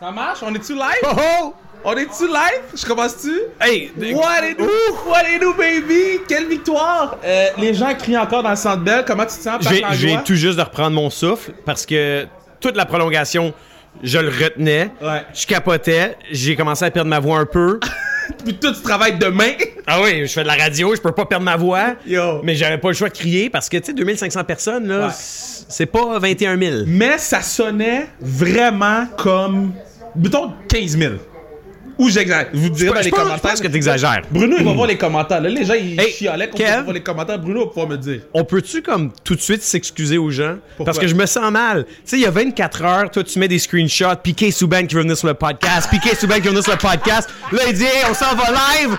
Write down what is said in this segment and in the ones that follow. Ça marche? On est-tu live? On est-tu live? Je commence-tu? Hey! oh! What it do? What it do, baby? Quelle victoire! Euh, les gens crient encore dans le centre belle. Comment tu te sens, Pat J'ai Langlois? j'ai tout juste de reprendre mon souffle parce que toute la prolongation, je le retenais. Ouais. Je capotais. J'ai commencé à perdre ma voix un peu. Puis tout ce travail demain. ah oui, je fais de la radio, je peux pas perdre ma voix. Yo. Mais j'avais pas le choix de crier parce que, tu sais, 2500 personnes, là, Ouais. c- c'est pas 21 000. Mais ça sonnait vraiment comme. Mettons 15 000. Ou j'exagère. Vous direz dans Je les pense- je commentaires. pense que t'exagères. Hmm. Bruno, il va voir les commentaires. Là, les gens, ils Hey, chialaient quand Kev? ils voir les commentaires. Bruno va pouvoir me dire. On peut-tu comme tout de suite s'excuser aux gens? Pourquoi? Parce que je me sens mal. Tu sais, il y a 24 heures, toi tu mets des screenshots, Piqué Souban qui veut venir sur le podcast, Piqué Souban qui veut venir sur le podcast. Là il dit Hey, on s'en va live!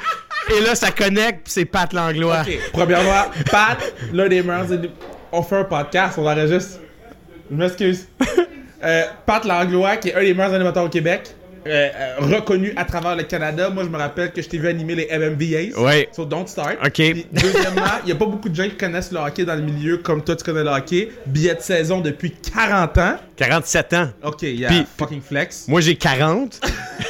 Et là ça connecte, pis c'est Pat Langlois. Premièrement, Pat, l'un des meilleurs. élus- On fait un podcast, on enregistre. Je m'excuse. Euh, Pat Langlois, qui est un des meilleurs animateurs au Québec, euh, euh, reconnu à travers le Canada. Moi, je me rappelle que je t'ai vu animer les MMVAs. Ouais. So don't start. Ok. Puis, deuxièmement, il n'y a pas beaucoup de gens qui connaissent le hockey dans le milieu comme toi, tu connais le hockey. Billet de saison depuis 40 ans. 47 ans. Ok, il y a Puis- fucking flex. Moi j'ai 40,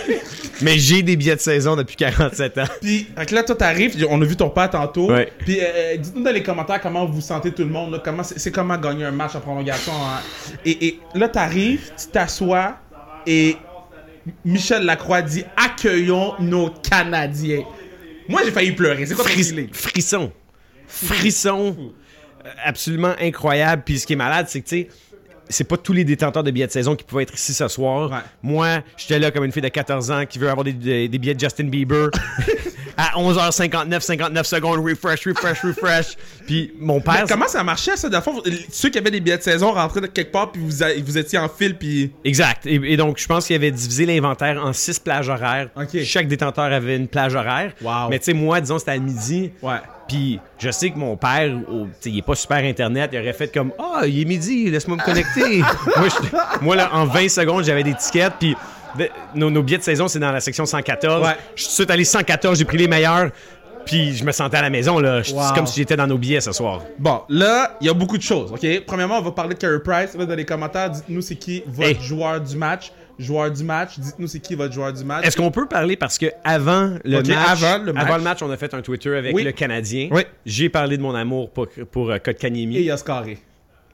mais j'ai des billets de saison depuis 47 ans. Puis fait que là, toi, t'arrives, on a vu ton père tantôt. Ouais. Puis euh, dites-nous dans les commentaires comment vous sentez tout le monde. Là, comment c'est, c'est comment gagner un match en prolongation. hein. Et, et là, t'arrives, tu t'assois et Michel Lacroix dit accueillons nos Canadiens. Moi, j'ai failli pleurer. C'est quoi ton Fris- feeling? frisson. Frisson. Euh, Absolument incroyable. Puis ce qui est malade, c'est que, tu sais, c'est pas tous les détenteurs de billets de saison qui pouvaient être ici ce soir. Ouais. Moi, j'étais là comme une fille de 14 ans qui veut avoir des, des- des billets de Justin Bieber à 11h59, 59 secondes, refresh, refresh, refresh. Puis mon Mais père, comment ça marchait ça? Dans le fond, ceux qui avaient des billets de saison rentraient de quelque part puis vous, a- vous étiez en file puis. Exact. Et, et donc, je pense qu'il avait divisé l'inventaire en six plages horaires. Ok. Chaque détenteur avait une plage horaire. Wow. Mais tu sais, moi, disons, c'était à midi. Ouais. Puis je sais que mon père, au- tu sais, il est pas super Internet, il aurait fait comme « Ah, il est midi, laisse-moi me connecter. » Moi, je- moi, là, en 20 secondes, j'avais des tickets, puis... de- Nos, nos billets de saison, c'est dans la section 114. Ouais. Je suis tout de suite allé 114, j'ai pris les meilleurs, puis je me sentais à la maison. là. Je- Wow. C'est comme si j'étais dans nos billets ce soir. Bon, là, il y a beaucoup de choses, OK? Premièrement, on va parler de Carey Price. Là, dans les commentaires, dites-nous c'est qui votre Hey. joueur du match. Joueur du match, dites-nous c'est qui votre joueur du match. Est-ce qu'on peut parler parce que avant le, Ok, match, avant le match. on a fait un Twitter avec Oui. le Canadien. Oui. J'ai parlé de mon amour pour, pour euh, Et il Kotkaniemi. y a Scarré.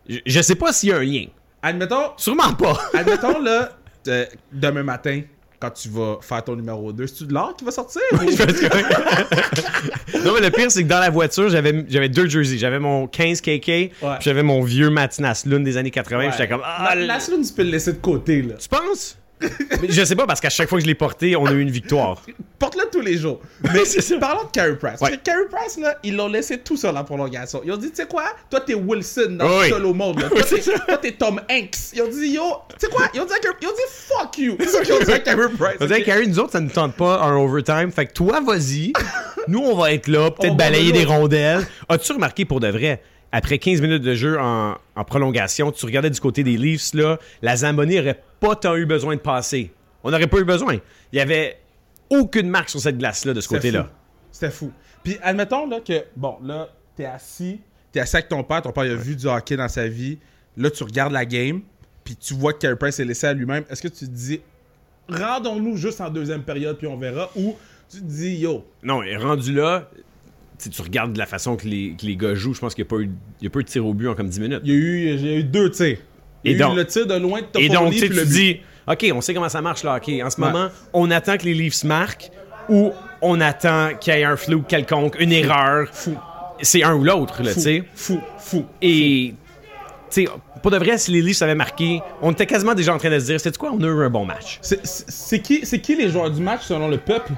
Je, je sais pas s'il y a un lien. Admettons, Sûrement pas. admettons là, euh, demain matin, quand tu vas faire ton numéro 2, c'est-tu de l'or qui va sortir? ou- Parce que- non mais le pire c'est que dans la voiture j'avais j'avais deux jerseys. J'avais mon 15 KK, puis j'avais mon vieux Matinas Lune des années 80. Ouais. J'étais comme ah, La- le- la semaine, tu peux le laisser de côté, là. tu penses Mais Je sais pas parce qu'à chaque fois que je l'ai porté, on a eu une victoire. Porte-le tous les jours. Mais C'est ça. parlons de Carey Price. Ouais. Parce que Carey Price, là, ils l'ont laissé tout sur la prolongation. Ils ont dit, tu sais quoi, toi t'es Wilson dans Oui. le solo monde. Là. Toi, Oui, t'es- c'est ça. toi, t'es Tom Hanks. Ils ont dit, yo, tu sais quoi, ils ont dit, à Carey- ils ont dit fuck you. C'est ça qu'ils ont dit à Carey Price. On dirait, ok? Carrie, nous autres, ça ne tente pas un overtime. Fait que toi, vas-y. Nous, on va être là, On peut-être va balayer là. des rondelles. As-tu remarqué pour de vrai, après 15 minutes de jeu en, en prolongation, tu regardais du côté des Leafs, là, la Zamboni aurait pas tant eu besoin de passer. On n'aurait pas eu besoin. Il y avait aucune marque sur cette glace-là de ce C'était côté-là. fou. C'était fou. Puis admettons là que bon là t'es assis, t'es assis avec ton père, ton père il a vu du hockey dans sa vie. Là tu regardes la game, puis tu vois que Carey Price est laissé à lui-même. Est-ce que tu te dis rendons-nous juste en deuxième période puis on verra ou tu te dis yo Non, et rendu là, si tu regardes de la façon que les, que les gars jouent, je pense qu'il n'y a, pas eu- il y a pas eu de tir au but en comme 10 minutes. il y a eu j'ai eu deux tirs. Il y a eu Et donc- le tir de loin de Et Toffoli donc, tu sais, puis le tu but. dis, OK, on sait comment ça marche le hockey. En ce Ouais. moment, on attend que les Leafs marquent ou on attend qu'il y ait un flou quelconque, une erreur. Fou. C'est un ou l'autre, là, fou, tu sais. fou, fou. Et, tu sais, pour de vrai, si les Leafs avaient marqué, on était quasiment déjà en train de se dire, c'est quoi, on a eu un bon match. C'est- C'est c'est qui, c'est qui les joueurs du match selon le peuple?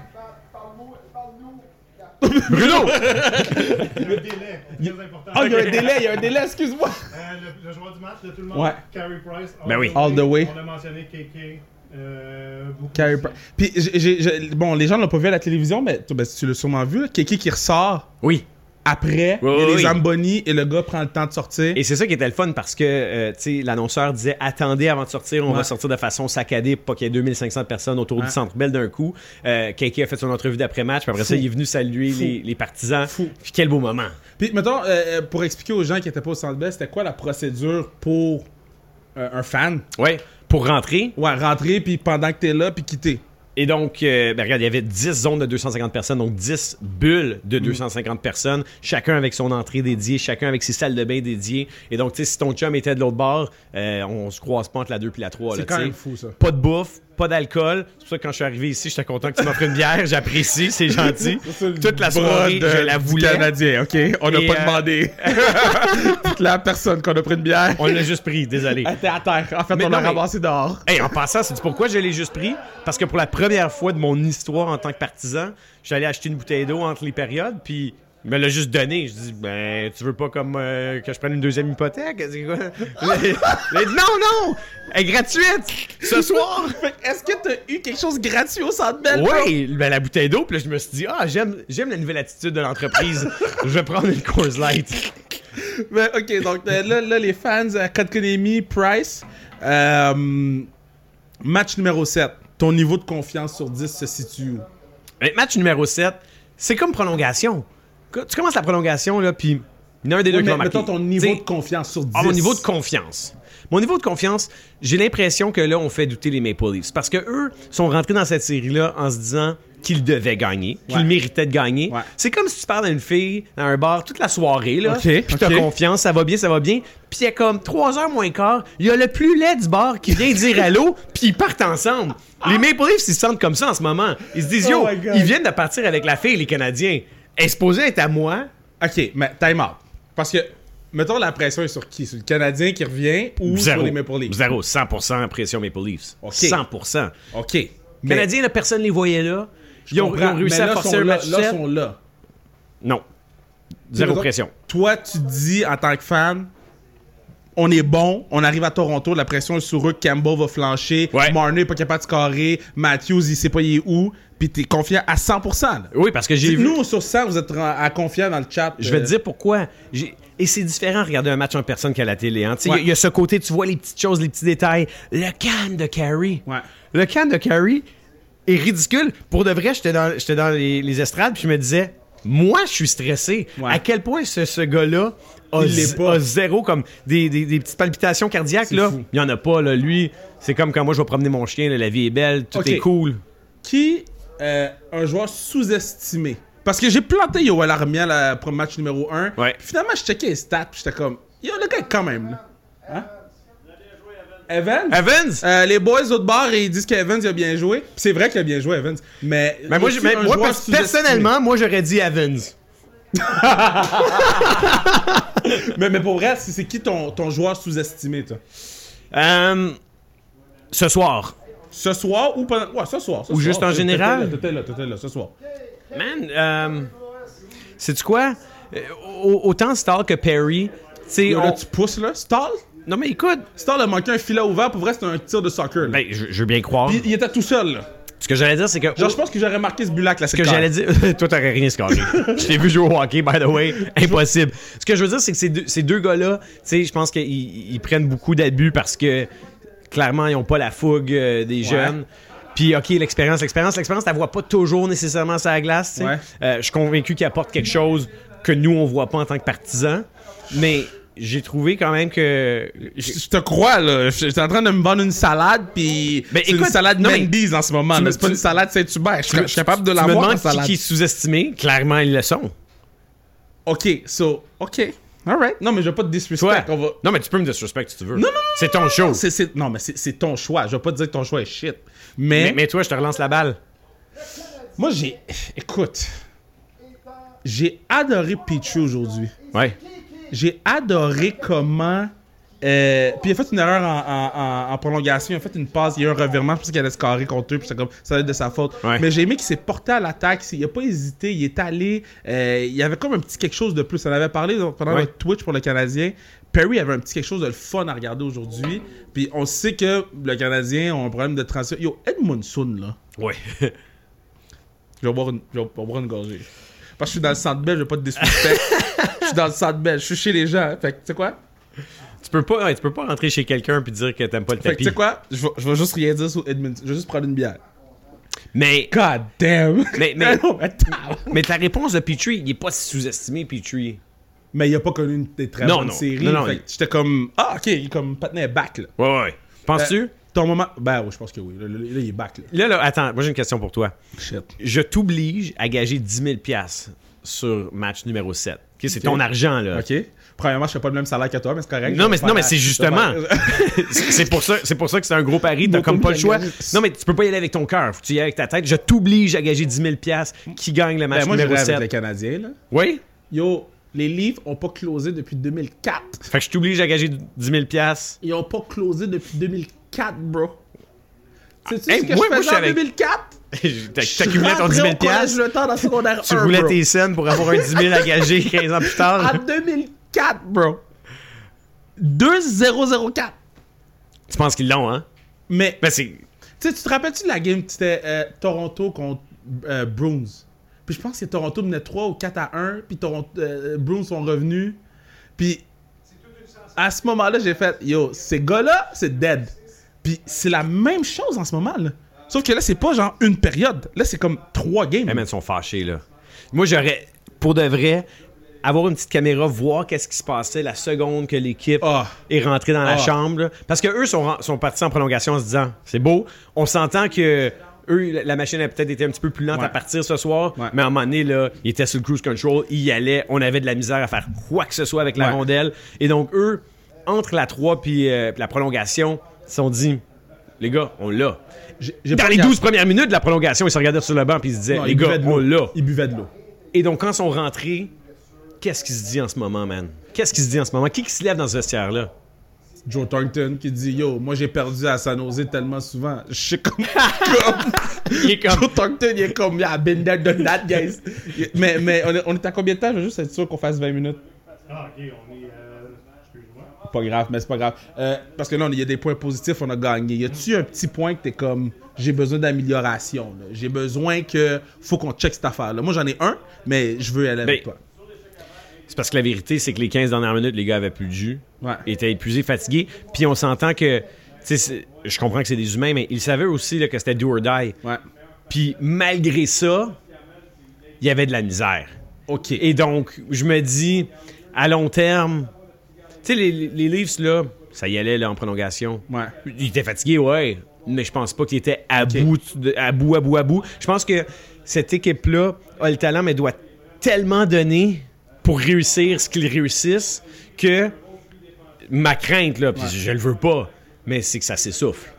Bruno! Le délai, très important. Ah, il y a un délai, il y a un délai, excuse-moi! Euh, le, le joueur du match de tout le monde, Ouais. Carey Price. all Ben oui. All the way. On a mentionné KK. Euh, beaucoup Carey aussi. Price. Puis, j'ai- j'ai- j'ai- bon, les gens l'ont pas vu à la télévision, mais t- ben, tu l'as sûrement vu. là. Kiki qui ressort Oui. après, Oui, il y a oui, les oui. Zamboni et le gars prend le temps de sortir. Et c'est ça qui était le fun parce que, euh, tu sais, l'annonceur disait attendez avant de sortir, on Ouais. va sortir de façon saccadée pour pas qu'il y ait 2500 personnes autour Ouais. du centre belle d'un coup. Euh, KK a fait son entrevue d'après-match, puis après Fou. ça, il est venu saluer Fou. les, les partisans. Fou. Puis quel beau moment. Puis, mettons, euh, pour expliquer aux gens qui étaient pas au centre belle, c'était quoi la procédure pour euh, un fan? Ouais. pour rentrer. Ouais, rentrer, puis pendant que t'es là, puis quitter. Et donc, euh, ben, regarde, il y avait 10 zones de 250 personnes, donc 10 bulles Mm. de 250 personnes, chacun avec son entrée dédiée, chacun avec ses salles de bain dédiées. Et donc, tu sais, si ton chum était de l'autre bord, euh, on se croise pas entre la 2 puis la 3. C'est quand même fou, ça. Pas de bouffe, pas d'alcool. C'est pour ça que quand je suis arrivé ici, j'étais content que tu m'offres une bière, j'apprécie, c'est gentil. Toute la soirée, Brode je la du voulais. Canadien, OK? On n'a Et, pas euh, demandé. Toute la personne qu'on a pris une bière, On l'a juste pris, désolé. elle était à terre. En fait, Mais on l'a non, mais- ramassée dehors. Hey, en passant, c'est pourquoi je l'ai juste pris? Parce que pour la première fois de mon histoire en tant que partisan, j'allais acheter une bouteille d'eau entre les périodes, puis il me l'a juste donné. Je dis, ben, tu veux pas comme euh, que je prenne une deuxième hypothèque? C'est quoi? Il a dit, non, non! Elle est gratuite! Ce soir! Est-ce que t'as eu quelque chose de gratuit au Centre Bell? Ouais, ben, la bouteille d'eau, puis là, je me suis dit, ah, j'aime, j'aime la nouvelle attitude de l'entreprise. je vais prendre une Coors Light. Mais, ok, donc euh, là, là, les fans, euh, Kotkaniemi, Price, euh, match numéro 7. Ton niveau de confiance sur 10 se situe où? Mais match numéro 7, c'est comme prolongation. Tu commences la prolongation, là, puis il y en a un des deux Ouais, qui mais va marquer. mettons ton niveau T'sais, de confiance sur 10. Ah, mon niveau de confiance. Mon niveau de confiance, j'ai l'impression que là, on fait douter les Maple Leafs. Parce que eux sont rentrés dans cette série-là en se disant qu'ils devaient gagner, qu'ils Ouais. méritaient de gagner. Ouais. C'est comme si tu parles à une fille dans un bar toute la soirée, là. Ok, puis t'as ok. confiance, ça va bien, ça va bien. Puis il y a comme 3 heures moins quart, il y a le plus laid du bar qui vient dire allô, puis ils partent ensemble. Les Maple Leafs, ils se sentent comme ça en ce moment. Ils se disent, yo, Oh my God. ils viennent de partir avec la fille, les Canadiens. Elle est supposée être à moi. Ok, mais time out. Parce que, mettons, la pression est sur qui? Sur le Canadien qui revient ou sur les Maple Leafs? Zéro. 100% pression Maple Leafs. OK. 100%. Ok. Les Canadiens, là, personne ne les voyait là. Ils ont, ils ont réussi à forcer un là, match là, sept. sont là. Non. Zéro Donc, pression. Toi, tu te dis en tant que fan, on est bon, on arrive à Toronto, la pression est sur eux, Campbell va flancher, Ouais. Marner n'est pas capable de scorer, Matthews, il sait pas il est où, puis t'es confiant à 100%. là. Oui, parce que j'ai vu. Nous, sur 100, vous êtes en- à confiant dans le chat. Je vais euh, te dire pourquoi. J'ai- Et c'est différent de regarder un match en personne qu'à la télé. hein. Tu sais, Il y a- Ouais. il y, a ce côté, tu vois les petites choses, les petits détails. Le can de Carey. Ouais. Le can de Carey est ridicule. Pour de vrai, j'étais dans, j'étais dans les, les estrades puis je me disais, moi, je suis stressé. Ouais. À quel point ce, ce gars-là a, Il l'est z- pas. a zéro, comme des, des- des petites palpitations cardiaques. Là. fou. Il y en a pas. Là. Lui, c'est comme quand moi, je vais promener mon chien. là, la vie est belle, tout Ok. est cool. Qui euh, un joueur sous-estimé? Parce que j'ai planté Yoel Armia là, pour le match numéro 1. Ouais. Puis finalement, je checkais les stats, puis j'étais comme, yo, le gars est quand même là. Hein? Evans? Evans! Euh, les boys d'autre bord, ils disent qu'Evans il a bien joué. Puis C'est vrai qu'il a bien joué, Evans. Mais, Mais Ben, moi, y a-t-il j'ai- un moi, joueur pers- sous-estimé? personnellement, moi, j'aurais dit Evans. Mais, mais pour vrai, c'est c'est qui ton, ton joueur sous-estimé, toi Euh, ce soir. Ce soir ou pendant. Ouais, ce soir. ce Ou soir. juste en T'étais général? là, T'étais là, t'étais là, ce soir. Man, euh, sais-tu quoi? Euh, au- Autant Star que Perry, tu sais, Yo, là, on- tu pousses, là. Stall Non, mais écoute, Stall a manqué un filet ouvert. Pour vrai, c'était un tir de soccer. là. ben, je, je veux bien croire. Puis il était tout seul, là. Ce que j'allais dire, c'est que. Genre, je pense que j'aurais marqué ce bulac, là. ce que j'allais dire, toi t'aurais rien scoré. je t'ai vu jouer au hockey, by the way, impossible. Ce que je veux dire, c'est que ces deux, ces deux gars-là, tu sais, je pense qu'ils ils prennent beaucoup d'abus parce que clairement ils n'ont pas la fougue euh, des jeunes. Puis ok, l'expérience, l'expérience, l'expérience, tu la vois pas toujours nécessairement sur la glace. tu sais. Ouais. Euh, je suis convaincu qu'ils apportent quelque chose que nous on voit pas en tant que partisans, mais j'ai trouvé quand même que Je je te crois, là. Je- J'étais en train de me vendre une salade, puis. Ben, c'est une écoute, salade non, mais- Mendy's en ce moment, Tu là. me- C'est pas tu- une salade Saint-Hubert. Je Tu- je suis capable de tu la me voir, demandes la salade. qui, qui est sous-estimé. Clairement, ils le sont. Ok, so, ok. Alright. Non, mais je vais pas te Toi, disrespect. On va... non mais tu peux me disrespect si tu veux. non, non, c'est ton show. C'est- c'est- Non, mais c'est c'est ton choix. Je vais pas te dire que ton choix est shit. Mais, Mais, mais toi, je te relance la balle. moi, j'ai. Écoute. J'ai adoré Pichu aujourd'hui. Ouais. J'ai adoré comment. euh, puis il a fait une erreur en, en- en- en prolongation, il a fait une passe, il y a eu un revirement, je pensais qu'il allait scorer contre eux, puis c'est comme ça allait être de sa faute. Ouais. Mais j'ai aimé qu'il s'est porté à l'attaque, il a pas hésité, il est allé, euh, il y avait comme un petit quelque chose de plus. On avait parlé donc, pendant Ouais. notre Twitch pour le Canadien. Perry avait un petit quelque chose de le fun à regarder aujourd'hui. Puis on sait que le Canadien a un problème de transition. Yo, Edmundson, là, Ouais. je vais boire une, je vais boire une gorgée. Parce que je suis dans le centre belge, je vais pas te disrespect. je suis dans le centre belge, je suis chez les gens. hein. Fait que tu sais quoi? tu peux pas, ouais, tu peux pas rentrer chez quelqu'un puis dire que t'aimes pas le Fait que tu tapis. sais quoi? Je vais, je vais juste rien dire sur Edmund. Je vais juste prendre une bière. Mais, God damn! Mais- mais- non, mais, t'as- mais ta réponse de Petrie, il est pas si sous-estimé Petrie. mais il a pas connu une des très Non, bonne non. série. Non, non, fait il- que j'étais comme. Ah, ok, il est comme Patnais back là. Ouais ouais. Penses-tu? Euh, ton moment. Ben oui, je pense que oui. Là, là, là, il est back. Là. Là, là, attends, moi j'ai une question pour toi. Shit. Je t'oblige à gager 10 000 piastres sur match numéro 7. Ok, c'est Ok. ton argent, là. OK. Premièrement, je fais pas le même salaire que toi, mais c'est correct. Non, mais, Je vais non, mais faire- c'est justement. je vais faire- c'est pour ça, c'est pour ça que c'est un gros pari. T'as Beaucoup comme pas de le choix. gages. Non, mais tu peux pas y aller avec ton cœur. Faut que tu y ailles avec ta tête. Je t'oblige à gager 10 000 piastres qui gagne le match Ben, moi, numéro j'irais 7. avec les Canadiens, là. Oui? Yo, les livres ont pas closé depuis 2004. Fait que je t'oblige à gager 10 000 piastres. Ils ont pas closé depuis 2004, bro. Sais-tu hey, ce que moi, je moi, faisais je suis en avec- 2004? T'accumulais ton 10 Je rentrais au 000 collège piastres. le temps dans le secondaire Tu 1, roulais bro. tes scènes pour avoir un 10 000 à gager 15 ans plus tard. En 2004, bro. 2004. Tu penses qu'ils l'ont, hein? Mais, Ben, c'est. tu sais, tu te rappelles-tu de la game qui était euh, Toronto contre euh, Bruins? Puis je pense que Toronto menait 3 ou 4 à 1, puis Toronto, euh, Bruins sont revenus. Puis à ce moment-là, j'ai fait Yo, ces gars-là, c'est dead. Puis c'est la même chose en ce moment, là. Sauf que là, c'est pas genre une période. Là, c'est comme 3 games. Eh, man, ils sont fâchés, là. Moi, j'aurais, pour de vrai, avoir une petite caméra, voir qu'est-ce qui se passait la seconde que l'équipe Ah. est rentrée dans la Ah. chambre. là. Parce que eux sont, ren- sont partis en prolongation en se disant, c'est beau, on s'entend que eux, la- la machine a peut-être été un petit peu plus lente Ouais. à partir ce soir, Ouais. mais à un moment donné, là, ils étaient sur le cruise control, ils y allaient, on avait de la misère à faire quoi que ce soit avec la Ouais. rondelle. Et donc, eux, entre la 3 puis euh, la prolongation, ils se sont dit, les gars, on l'a. j'ai Dans pas les regardé. 12 premières minutes de la prolongation, ils se regardaient sur le banc puis ils se disaient, Non, les ils gars, buvaient de on l'a. l'eau. Ils buvaient de l'eau. Et donc, quand ils sont rentrés, qu'est-ce qui se dit en ce moment, man? Qu'est-ce qui se dit en ce moment? Qui, qui se lève dans ce vestiaire-là? Joe Thornton qui dit Yo, moi j'ai perdu à San Jose tellement souvent. Je sais comme. comme- Il est comme- Joe Thornton, il est comme. Yeah, I've been there, done that, guys. mais mais on, est, on est à combien de temps Je veux juste être sûr qu'on fasse 20 minutes. Ah, ok, on est. euh, Excuse-moi. Pas grave, mais c'est pas grave. Euh, parce que là, on- il y a des points positifs, on a gagné. Y a-tu un petit point que t'es comme. J'ai besoin d'amélioration. là. J'ai besoin que. Faut qu'on check cette affaire-là. Moi, j'en ai un, mais je veux aller avec Mais- toi. C'est parce que la vérité, c'est que les 15 dernières minutes, les gars avaient plus de jus, Ouais. étaient épuisés, fatigués. Puis on s'entend que, tu sais, c'est- je comprends que c'est des humains, mais ils savaient aussi là, que c'était do or die. Ouais. Puis malgré ça, il y avait de la misère. Ok. Et donc, je me dis, à long terme, tu sais, les, les Leafs, là, ça y allait là, en prolongation. Ouais. Il était fatigué, ouais. Mais je pense pas qu'il était à Ok. bout, de- à bout, à bout, à bout. Je pense que cette équipe-là a le talent, mais doit tellement donner pour réussir ce qu'ils réussissent que ma crainte, là, puis je le veux pas, mais c'est que ça s'essouffle.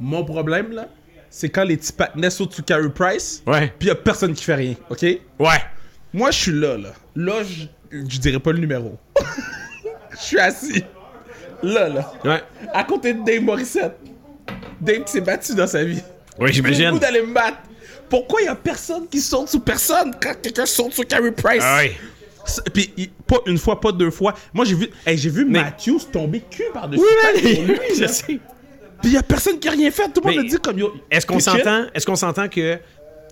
Mon problème, là, c'est quand les petits patinets sautent sur Carey Price. Ouais. Puis y a personne qui fait rien. Ok? Ouais. Moi, je suis là, là. Là, je, je dirais pas le numéro. Je suis assis. Là, là. Ouais. À côté de Dave Morissette. Dave qui s'est battu dans sa vie. Oui, J'ai le j'imagine. goût d'aller me battre. Pourquoi y a personne qui saute sur personne quand quelqu'un saute sur Carey Price? Ah ouais. C'est- Puis il- pas une fois, pas deux fois. Moi, j'ai vu, hey, j'ai vu Mais- Matthews tomber cul par-dessus. Oui, tête mais- pour lui, je là. sais. Puis y a personne qui a rien fait. Tout le monde Mais- me dit comme yo. Est-ce qu'on t'es chill? s'entend? Est-ce qu'on s'entend que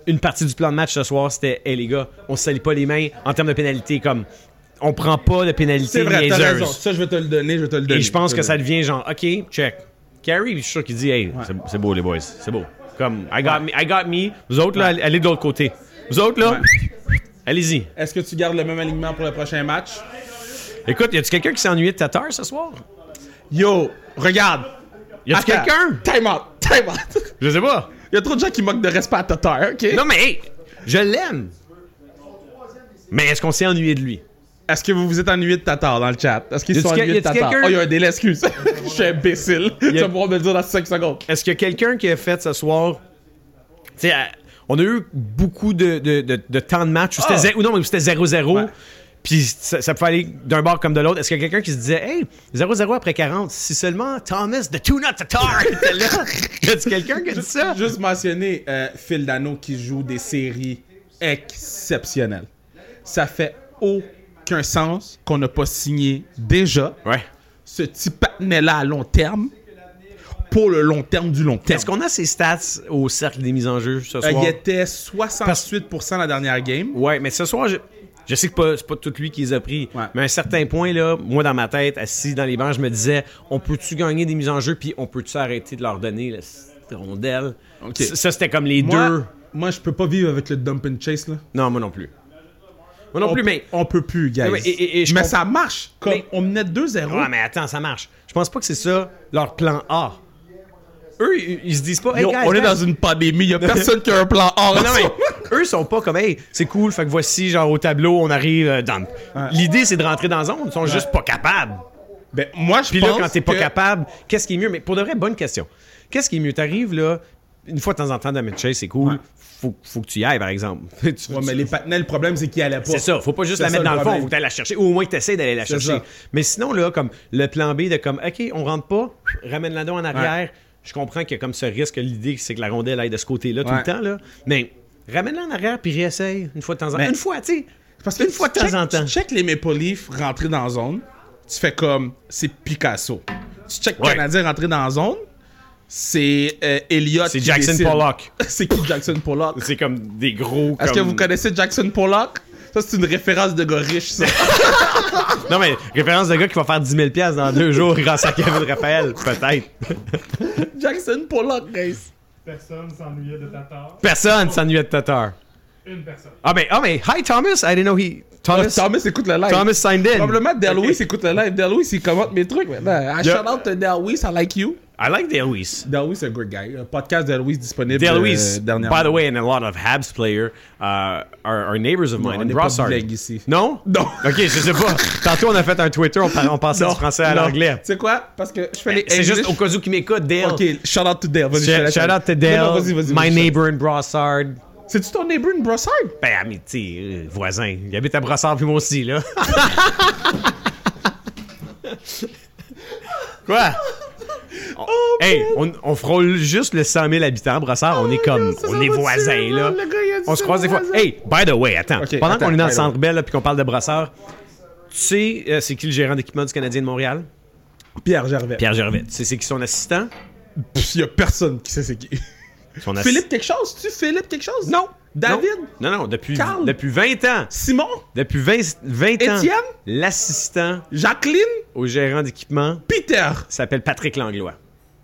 une partie du plan de match ce soir, c'était Hey les gars, on se salit pas les mains en termes de pénalité, comme on prend pas de pénalité C'est vrai, t'as niaiseuse. raison. Ça, je vais te le donner, je vais te le donner. Et je pense te que le ça donner. devient genre OK, check. Carrie, je suis sûr qu'il dit Hey, c'est- c'est beau les boys, c'est beau. Comme I got me, I got me. Vous autres là, allez de l'autre côté. Vous autres là, allez-y. Est-ce que tu gardes le même alignement pour le prochain match? Écoute, y a-tu quelqu'un qui s'est ennuyé de Tatar ce soir? Yo, regarde. Y a-tu Attends. quelqu'un? Time out, time out. Je sais pas. Il y a trop de gens qui moquent de respect à Tatar, ok? Non mais hey, je l'aime. Mais est-ce qu'on s'est ennuyé de lui? Est-ce que vous vous êtes ennuyé de Tatar dans le chat? Est-ce qu'ils Y a-tu sont que- ennuyés y de a-tu Tatar? quelqu'un- Oh, il y a un délai, excuse. Je suis imbécile. Tu vas pouvoir me le dire dans 5 secondes. Est-ce qu'il y a quelqu'un qui a fait ce soir. Tu sais, à- on a eu beaucoup de, de- de- de temps de match où c'était Ah! zé- ou non, mais où c'était 0-0. Ouais. Puis ça, ça peut aller d'un bord comme de l'autre. Est-ce qu'il y a quelqu'un qui se disait, hey, 0-0 après 40, si seulement Thomas de Tuna Tatar était là? y a-tu quelqu'un qui a dit Juste, ça? juste mentionner euh, Phil Dano qui joue des séries exceptionnelles. Ça fait aucun sens qu'on n'a pas signé déjà Ouais. ce petit patinet-là à long terme pour le long terme du long terme. Est-ce qu'on a ses stats au cercle des mises en jeu ce Euh, soir? il était 68% la dernière game. Ouais, mais ce soir, je, je sais que pas- c'est pas tout lui qui les a pris, Ouais. mais à un certain point, là, moi, dans ma tête, assis dans les bancs, je me disais, on peut-tu gagner des mises en jeu, puis on peut-tu arrêter de leur donner la petite rondelle? Ok. C- Ça, c'était comme les deux. Moi, moi, je peux pas vivre avec le dump and chase. Là. Non, moi non plus. Moi non on, plus, mais... on peut plus, guys. Ouais, et- et- et je mais comp- ça marche. Comme Mais- on menait 2-0. Ouais, mais attends, ça marche. Je pense pas que c'est ça leur plan A. eux, ils ils se disent pas, hey, Yo, guys, on est guys. dans une pandémie, il a personne qui a un plan A. Non, mais eux sont pas comme, hey, c'est cool, fait que voici, genre, au tableau, on arrive euh, dans. L'idée, c'est de rentrer dans la zone. Ils sont juste pas capables. Ben, moi, je Puis pense là, quand t'es pas que- capable, qu'est-ce qui est mieux? Mais pour de vrai, bonne question. Qu'est-ce qui est mieux? T'arrives là, une fois de temps en temps, Damage Chase, c'est cool. Ouais. Faut, faut que tu y ailles, par exemple. Tu- tu- Ouais, mais les patinets, le problème, c'est qu'ils allaient pas. C'est ça, faut pas juste C'est la ça, mettre dans le fond, problème. faut que t'ailles la chercher, ou au moins que t'essaies d'aller la C'est chercher. ça. Mais sinon, là, comme le plan B de comme, OK, on rentre pas, ramène la don en arrière. Je comprends qu'il y a comme ce risque, l'idée, c'est que la rondelle aille de ce côté-là tout Ouais. le temps, là. Mais ramène-la en arrière, puis réessaye une fois de temps en temps. Mais- Une fois, tu sais. Parce que une fois de tu check- temps en temps. Tu check les Maple Leafs rentrer dans la zone, tu fais comme c'est Picasso. Tu check Ouais. Canadien rentrer dans la zone, c'est euh, Elliott. C'est qui Jackson décide. Pollock. c'est qui Jackson Pollock C'est comme des gros. Est-ce que comme- vous connaissez Jackson Pollock Ça, c'est une référence de gars riche, ça. Non, mais référence de gars qui va faire 10 000 dans deux jours grâce à Kevin Raphaël, peut-être. Jackson Pollock, guys. Personne s'ennuyait de ta part. Personne s'ennuie de Tatar. Une personne. Ah, ben, ah, mais, hi Thomas, I didn't know he. Thomas, Thomas écoute le live. Ah, Thomas signed in. Probablement Delwis Ok. écoute le live. Delwis, il commente mes trucs maintenant. I Yeah. shout out to Delwis, I like you. I like Delwis. Delwis, c'est un great guy. Un podcast Delwis disponible. Delwis, euh, dernièrement. by the way, and a lot of Habs player uh, are, are neighbors of mine on in n'est pas Brossard. bilingue ici. Non? Non. OK, je sais pas. Tantôt, on a fait un Twitter, on, par- on passait Non, du français à non. l'anglais. Eh, Tu sais quoi? Parce que je fais les C'est juste English. au cas où qui m'écoute, Dale. Ok, shout out to Dale. Vas-y, je te Shout, laisse shout aller. out to Non, Dale, non, vas-y, vas-y, my vas-y. neighbor in Brossard. C'est-tu ton neighbor in Brossard? Ben, ami, tu sais, euh, voisin. Il habite à Brossard, puis moi aussi, là. Quoi? On- Oh, hey, on, on frôle juste le 100 000 habitants à Brossard. eh, on est comme, ça, ça on est va voisins, tuer, là. man. Le gars, il a dit on se c'est croise des fois. voisin. Hey, by the way, attends. Ok, Pendant attends, qu'on est dans le by the way. centre Bell, là, puis qu'on parle de Brossard, tu sais, euh, c'est qui le gérant d'équipement du Canadien de Montréal? Pierre Gervais. Pierre Gervais. Tu sais, c'est qui son assistant? Pff, y a personne qui sait c'est qui. Son assi- Philippe quelque chose? Tu Philippe quelque chose? Non. David? Non, non, depuis, Carl? depuis 20 ans. Simon? Depuis 20, 20 ans. Étienne? L'assistant Jacqueline? au gérant d'équipement Peter? s'appelle Patrick Langlois.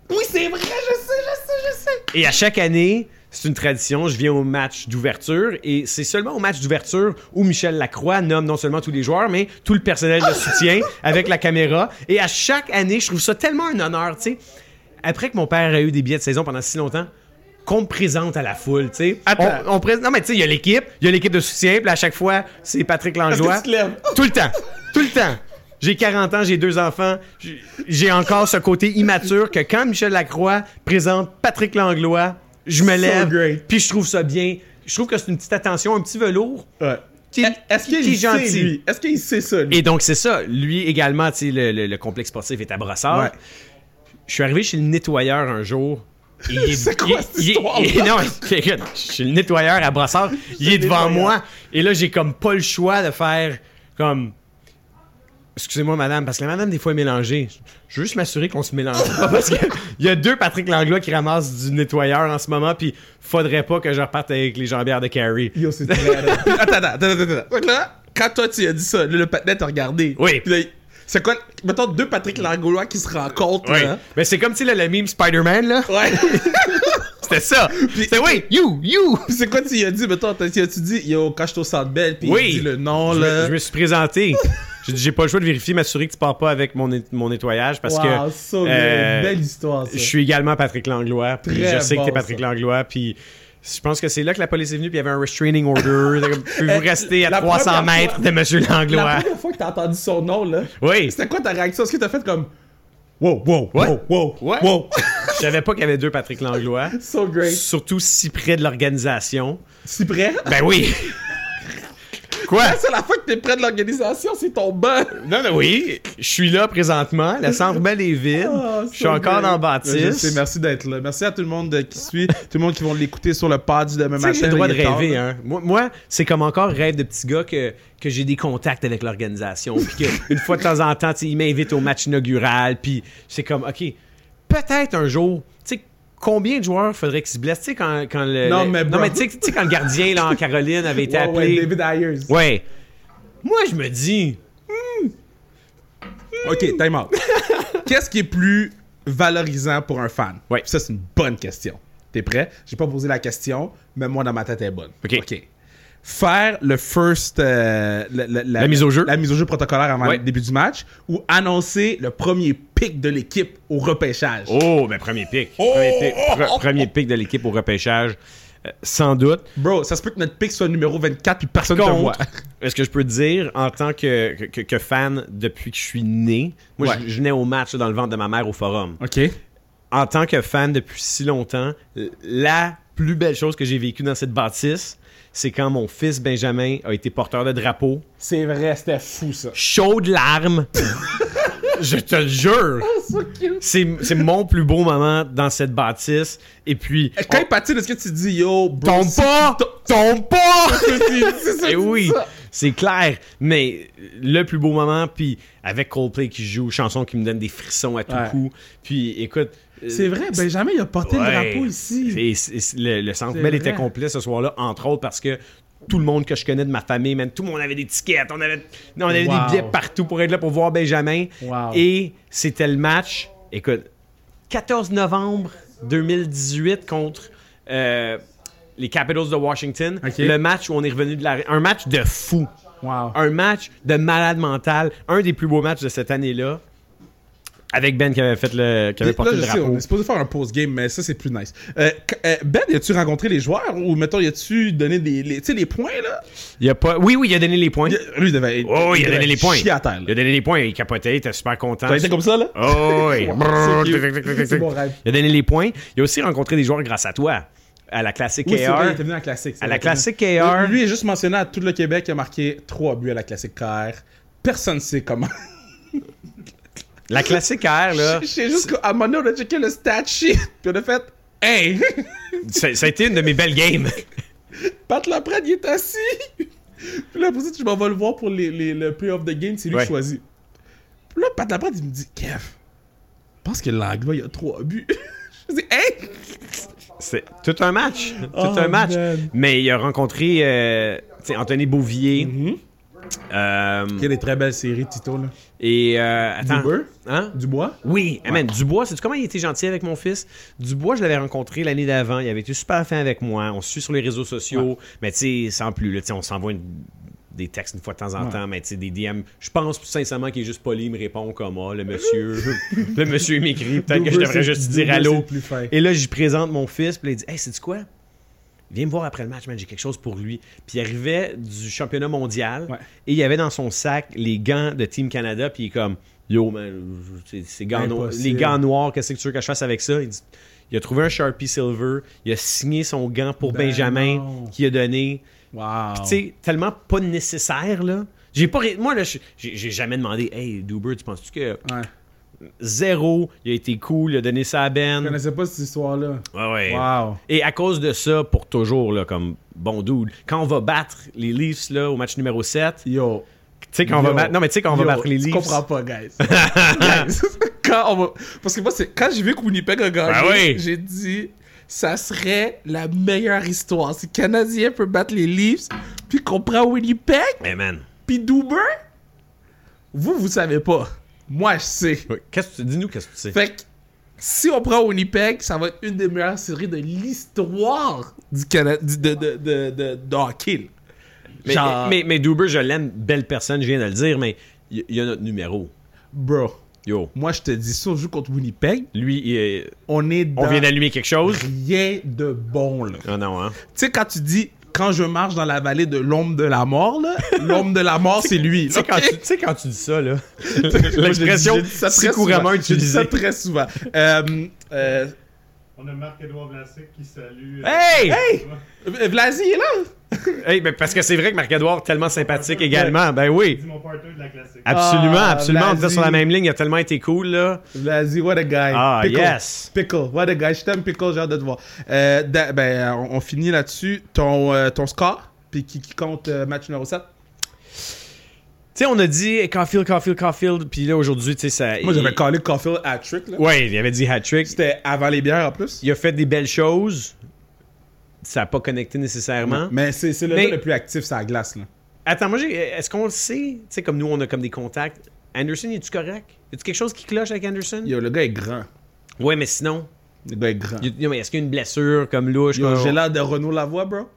Oui, c'est vrai, je sais, je sais, je sais. Et à chaque année, c'est une tradition, je viens au match d'ouverture et c'est seulement au match d'ouverture où Michel Lacroix nomme non seulement tous les joueurs, mais tout le personnel de soutien avec la caméra. Et à chaque année, je trouve ça tellement un honneur, tu sais. Après que mon père a eu des billets de saison pendant si longtemps, qu'on me présente à la foule, tu sais. Attends. On, on présente- non, mais tu sais, il y a l'équipe, il y a l'équipe de soutien, puis à chaque fois, c'est Patrick Langlois. Est-ce que tu te lèves? Tout le temps. Tout le temps. J'ai 40 ans, j'ai deux enfants. j'ai- J'ai encore ce côté immature que quand Michel Lacroix présente Patrick Langlois, je me So lève. great. Puis je trouve ça bien. Je trouve que c'est une petite attention, un petit velours. Ouais. Eh, Qui, Est-ce qui- qu'il qui est sait, gentil. lui? Est-ce qu'il sait ça, lui? Et donc, c'est ça. Lui également, tu sais, le, le- le complexe sportif est à Brossard. Ouais. Je suis arrivé chez le nettoyeur un jour. et il est- C'est quoi il- cette il- histoire-là? il- non, mais écoute, je suis le nettoyeur à Brossard. Il est devant nettoyeur. moi. Et là, j'ai comme pas le choix de faire comme. Excusez-moi, madame, parce que la madame, des fois, est mélangée. Je veux juste m'assurer qu'on se mélange pas parce qu'il y a deux Patrick Langlois qui ramassent du nettoyeur en ce moment, puis faudrait pas que je reparte avec les jambières de Carrie. Yo, c'est très raide. Puis, Attends, attends, attends, attends, attends. Fait que là, quand toi tu as dit ça, là, le patinet t'a regardé. Oui. Puis là, il- c'est quoi, mettons deux Patrick Langlois qui se rencontrent, Ouais. là. Mais c'est comme, tu sais, là, le meme Spider-Man, là. Ouais. C'était ça. C'était oui, you, you. Puis c'est quoi tu y as dit, mettons, t'as- tu as dit, yo, quand je te au centre belle, puis Oui. il dit le nom, Je me, là. je me suis présenté. J'ai dit, j'ai pas le choix de vérifier, m'assurer que tu pars pas avec mon, net- mon nettoyage parce Wow, que. ça, là, euh, belle histoire, ça. Je suis également Patrick Langlois. puis Très je sais que t'es bon, Patrick ça. Langlois. Puis je pense que c'est là que la police est venue. Puis il y avait un restraining order. C'était comme, Pouvez-vous Eh, rester à la 300 première mètres de Monsieur La Langlois? première fois que t'as entendu son nom, là. Oui. C'était quoi ta réaction? Est-ce que t'as fait comme. Wow, wow, What? wow, wow, What? wow. Je savais pas qu'il y avait deux Patrick Langlois. so great. Surtout si près de l'organisation. Si prêt? Ben oui! Quoi? Ah, La seule fois que t'es près de l'organisation, c'est ton Ah, banc. Non, mais oui, je suis là présentement. La centre belle est vide. Ah, je suis so encore great. dans Je sais, Baptiste. merci d'être là. Merci à tout le monde euh, qui suit, tout le monde qui vont l'écouter sur le pod du demain Tu sais matin. que j'ai le droit de il est tard, rêver. là. Hein. Moi, moi, c'est comme encore rêve de petit gars que, que j'ai des contacts avec l'organisation. Puis qu'une fois de temps en temps, tu sais, ils m'invitent au match inaugural. Puis c'est comme, OK, peut-être un jour, tu sais, combien de joueurs faudrait qu'ils se blessent? Tu sais, quand, quand le. Non, le- mais non, bro. mais tu sais- tu sais, quand le gardien là, en Caroline avait été Ouais, ouais, appelé. David Ayers. ouais. Moi, je me dis, Ok, time out. Qu'est-ce qui est plus valorisant pour un fan? Ouais. Ça, c'est une bonne question. T'es prêt? J'ai pas posé la question, mais moi, dans ma tête, elle est bonne. Ok. faire le first. euh, la, La mise au jeu. La mise au jeu protocolaire avant Ouais. le début du match ou annoncer le premier pic de l'équipe au repêchage. Oh, ben premier pic. premier, pic Pre- premier pic de l'équipe au repêchage, euh, sans doute. Bro, ça se peut que notre pic soit numéro 24 puis personne ne te voit. Contre, est-ce que je peux te dire, en tant que, que, que fan depuis que je suis né, moi Ouais. je, je venais au match là, dans le ventre de ma mère au forum. OK. En tant que fan depuis si longtemps, l- la plus belle chose que j'ai vécue dans cette bâtisse, c'est quand mon fils Benjamin a été porteur de drapeau C'est vrai, c'était fou ça. chaud de larmes. Je te le jure. C'est c'est mon plus beau moment dans cette bâtisse. Et puis, Eh, Quand on- il patine, est-ce que tu dis yo, bro, tombe pas! Tombe pas! c'est ça, Et oui, ça. c'est clair. Mais le plus beau moment, puis avec Coldplay qui joue, chanson qui me donne des frissons à tout Ouais. coup. Puis écoute... euh, C'est vrai, ben, Benjamin, il a porté le ouais. drapeau ici. Et c- et c- le, le centre C'est Bell vrai. était complet ce soir-là, entre autres parce que tout le monde que je connais de ma famille, même tout le monde avait des tickets, on avait, on avait Wow. des billets partout pour être là pour voir Benjamin. Wow. Et c'était le match, écoute, 14 novembre 2018 contre euh, les Capitals de Washington. Ok. Le match où on est revenu de la. Un match de fou. Wow. Un match de malade mental. Un des plus beaux matchs de cette année-là. Avec Ben qui avait, fait le, qui avait Là, porté je le sais, on drapeau. est supposé faire un post-game, mais ça, c'est plus nice. Euh, qu- euh, ben, as-tu rencontré les joueurs ou, mettons, as-tu donné des, les- tu sais, les points, là? Il a pas... Oui, oui, il a donné les points. Il- Lui, il devait Oh, il a devait donné chier les points. à terre, Il a là. donné les points, il capotait, il était super content. T'as été comme ça, là? Oh, oui. Wow, c'est cute. C'est mon rêve. Il a donné les points. Il a aussi rencontré des joueurs grâce à toi. À la classique Oui, c'est vrai, il AR. était venu à la classique. c'est À vrai, la classique il était venu. AR. Lui, lui est juste mentionné à tout le Québec, il a marqué 3 buts à la classique KR. Personne ne sait comment. La classique AR, là. Je sais juste qu'à un moment donné, on a checké le stat sheet, puis on a fait « Hey! ça, ça a été une de mes belles games. Pat Laprade, il est assis! » Puis là, pour ça, je m'en vais le voir pour les, les- le play-off de game, c'est lui Ouais. qui choisit. Puis là, Pat Laprade, il me dit « Kev, je pense que l'Anglois, il a 3 buts. » Je dis « Hey! C'est tout un match. Tout Oh, un match. man. Mais il a rencontré euh, tu sais, Anthony Bouvier. Mm-hmm. Euh, » Il y a des très belles séries, Tito, là. et. euh, attends. Dubois? Hein? Dubois? Oui, amen. Dubois, sais-tu comment il était gentil avec mon fils? Dubois, je l'avais rencontré l'année d'avant. Il avait été super fin avec moi. On se suit sur les réseaux sociaux. Mais tu sais, sans plus. Là, tu sais, on s'envoie une- des textes une fois de temps en temps. Mais tu sais, des DM. Je pense plus sincèrement qu'il est juste poli. Il me répond comme Ah, le monsieur. le monsieur m'écrit. Peut-être que je Dubois, devrais c'est- juste dire Dubois, c'est allô. le plus fin. Et là, j'y présente mon fils. Puis là, il dit Hey, c'est quoi? Viens me voir après le match, man, j'ai quelque chose pour lui. Puis il arrivait du championnat mondial Ouais. et il y avait dans son sac les gants de Team Canada. Puis il est comme Yo, man, c'est- c'est gants noirs- Impossible. les gants noirs, qu'est-ce que tu veux que je fasse avec ça? Il, dit- il a trouvé un Sharpie Silver, il a signé son gant pour Ben Benjamin non. qu'il a donné. Wow. Tu sais, tellement pas nécessaire, là. J'ai pas. ré- Moi, là, je- j'ai j'ai jamais demandé Hey, Duber, tu penses-tu que. Ouais. Zéro, il a été cool, il a donné ça à Je Ben. connaissais pas cette histoire-là. Ouais, ouais. Wow. Et à cause de ça, pour toujours, là, comme bon dude, quand on va battre les Leafs là, au match numéro 7, tu Yo. sais qu'on va battre. Non, mais tu sais qu'on va Yo, battre les Tu Leafs. comprends pas, guys. Guys, quand on va... Parce que moi, c'est... quand j'ai vu que Winnipeg a gagné, Ben oui. j'ai dit ça serait la meilleure histoire. Si le Canadien peut battre les Leafs, puis qu'on prend Winnipeg, Mais Eh, man, puis Duber, vous, vous savez pas. Moi, je sais. qu'est-ce que tu dis-nous qu'est-ce que tu sais? Fait que si on prend Winnipeg, ça va être une des meilleures séries de l'histoire du Canada... du- de, de, de, de, de hockey, là. Mais, euh, Genre- mais, mais Duber, je l'aime, belle personne, je viens de le dire, mais il il y, a notre numéro. Bro, Yo, moi, je te dis, si on joue contre Winnipeg, lui, il est- on est on dans... vient d'allumer quelque chose. rien de bon, là. Tu Ah non, hein? sais, quand tu dis quand je marche dans la vallée de l'ombre de la mort, là, l'ombre de la mort, c'est lui. Tu sais, quand, ok? tu- tu sais quand tu dis ça, là, Moi, j'ai dit- l'expression j'ai dit ça si très couramment souvent. J'ai dit ça utilisée. très souvent. Euh, euh, On a Marc-Edouard Vlasic qui salue. euh, Hey! hey! Vlasi est là! Hey, ben, parce que c'est vrai que Marc-Edouard, tellement sympathique également, ben oui. Dis mon partner de la classique. Absolument, Ah, absolument. On était vas-y. sur la même ligne, il a tellement été cool, là. Vlasi, what a guy. Ah, yes. Pickle, what a guy. Je t'aime, Pickle, j'ai hâte de te voir. Euh, da- ben, on, on finit là-dessus. Ton, euh, ton score, puis qui, qui compte euh, match numéro 7? Tu sais, on a dit eh, Caulfield, Caulfield, Caulfield, puis là aujourd'hui, tu sais, ça. Moi, il- j'avais collé Caulfield à trick, là. Ouais, il avait dit hat-trick. C'était avant les bières, en plus. Il a fait des belles choses. Ça n'a pas connecté nécessairement. Mais c'est c'est le Mais- gars le plus actif sur la glace, là. Attends, moi, j'ai- est-ce qu'on le sait? Tu sais, comme nous, on a comme des contacts. Anderson, est tu correct? Y a quelque chose qui cloche avec Anderson? Yo, le gars est grand. Ouais, mais sinon. Le gars est Ben, grand. y a- non, mais est-ce qu'il y a une blessure comme louche? Yo, comme- j'ai l'air de Renaud Lavoie, bro.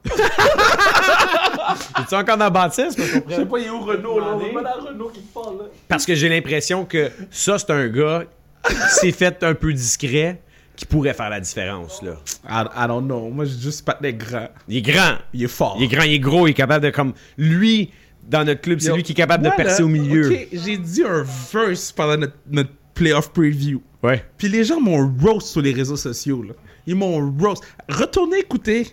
Es-tu encore dans Baptiste? Je sais pas, il est où Renault, là? On voit pas dans Renault qui parle, là. Parce que j'ai l'impression que ça, c'est un gars qui s'est fait un peu discret qui pourrait faire la différence. Là. I, I don't know. Moi, j'ai juste Pat Nègre grand. Il est grand. Il est fort. Il est grand, il est gros, il est capable de comme. Lui, dans notre club, c'est Yo, lui qui est capable moi, de percer là, au milieu. ok, j'ai dit un verse pendant notre, notre playoff preview. Ouais. Puis les gens m'ont roast sur les réseaux sociaux. Là. Ils m'ont roast. Retournez écouter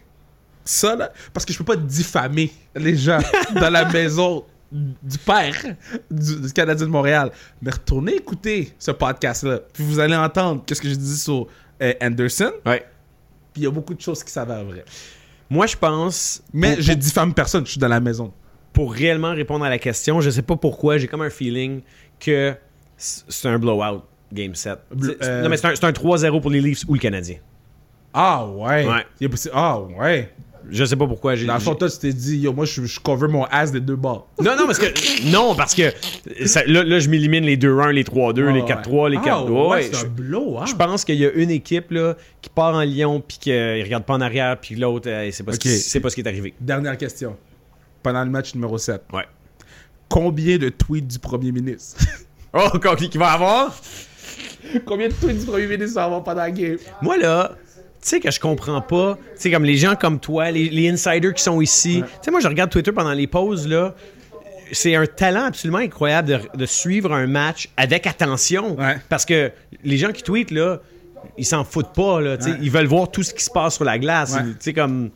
ça, là, parce que je peux pas diffamer les gens dans la maison du père du, du Canadien de Montréal. Mais retournez écouter ce podcast-là. Puis vous allez entendre qu'est-ce que j'ai dit sur euh, Anderson. Ouais. Puis il y a beaucoup de choses qui s'avèrent vraies. Moi, je pense. Mais pour- je diffame personne. Je suis dans la maison. pour réellement répondre à la question, je sais pas pourquoi, j'ai comme un feeling que c- c'est un blowout game 7. Bl- C'est- euh, Non, mais c'est un, c'est un 3-0 pour les Leafs ou le Canadien. Ah ouais. Ouais. Il est possible- Ah ouais. Je sais pas pourquoi j'ai. Dans le fond, j'ai- toi, tu t'es dit, yo, moi, je, je cover mon ass des deux bords. Non, non, parce que. Non, parce que. ça- là, là, je m'élimine les 2-1, les 3-2, les 4-3, les 4-2. Ah, ouais, Ouais, c'est je- un blow, hein. Je pense qu'il y a une équipe là, qui part en Lyon puis qu'il regarde pas en arrière puis l'autre euh, c'est pas, ce Ok. qui- c'est pas ce qui est arrivé. Dernière question. Pendant le match numéro 7, Ouais. combien de tweets du premier ministre Oh, combien qu'il va avoir Combien de tweets du premier ministre va avoir pendant la game Moi là, tu sais que je comprends pas, tu sais comme les gens comme toi, les, les insiders qui sont ici. Tu sais moi je regarde Twitter pendant les pauses là, c'est un talent absolument incroyable de, de suivre un match avec attention Ouais. parce que les gens qui tweetent là, ils s'en foutent pas là, tu sais, ils veulent voir tout ce qui se passe sur la glace, Ouais. tu sais comme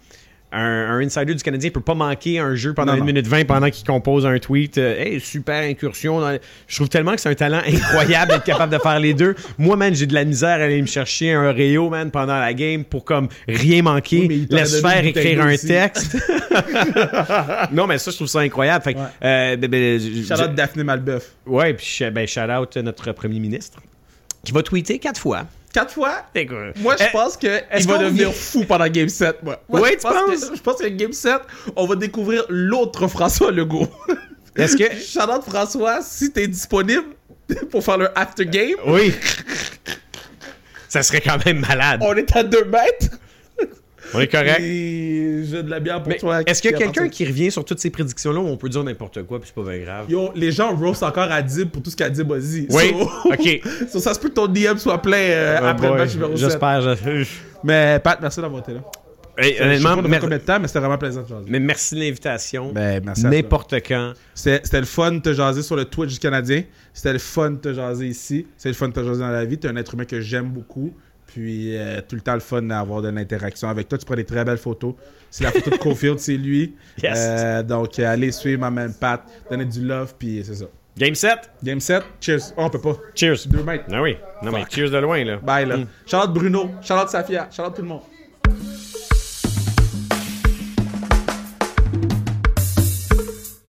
un, un insider du Canadien peut pas manquer un jeu pendant Non, une non. minute 20 pendant qu'il compose un tweet. euh, hey, super incursion. dans le- Je trouve tellement que c'est un talent incroyable d'être capable de faire les deux. Moi, man, j'ai de la misère à aller me chercher un Réo, man, pendant la game pour comme rien manquer. Oui, mais il t'aurait Laisse donné faire une écrire bouteille un aussi. texte. non, mais ça, je trouve ça incroyable. Fait que, Ouais. euh, ben, ben, je- Charlotte Daphné Malbeuf. je- ouais, puis sh- ben, shout out à notre premier ministre qui va tweeter quatre fois. Quatre fois Fait que- Moi, je Eh, pense que est-ce il va qu'on devenir vit- fou pendant Game 7, moi. Moi, Ouais, je tu pense que- penses? Je pense que Game 7, on va découvrir l'autre François Legault. Est-ce que. Charlotte François, si t'es disponible pour faire le after game, Oui. Ça serait quand même malade. on est à deux mètres. On est correct. Et j'ai de la bière pour Mais toi. Est-ce qu'il y a Qui quelqu'un appartient. qui revient sur toutes ces prédictions-là où on peut dire n'importe quoi puis c'est pas bien grave? Yo, les gens roast encore Adib pour tout ce qu'Adib a dit. Oui, So- ok. Oh so ça se peut que ton DM soit plein euh, après le match numéro 7. J'espère. je- Mais Pat, merci d'avoir été là. Hey, Je sais honnêtement, pas dans mer- combien de temps, mais c'était vraiment plaisant de jaser. mais merci de l'invitation. Ben, merci à toi. N'importe quand. C'était c'était le fun de te jaser sur le Twitch du Canadien. C'était le fun de te jaser ici. C'était le fun de te jaser dans la vie. T'es un être humain que j'aime beaucoup. Puis euh, tout le temps le fun d'avoir de l'interaction avec toi. Tu prends des très belles photos. C'est la photo de Cofield, c'est lui. Yes. Euh, donc euh, allez suivre ma même Pat, donner du love, puis c'est ça. Game 7. Game 7, cheers. Oh, on peut pas. Cheers. Deux mètres. Ah oui. Non, mais cheers de loin, là. Bye là. Charlotte Bruno, Charlotte Safia, Charlotte tout le monde.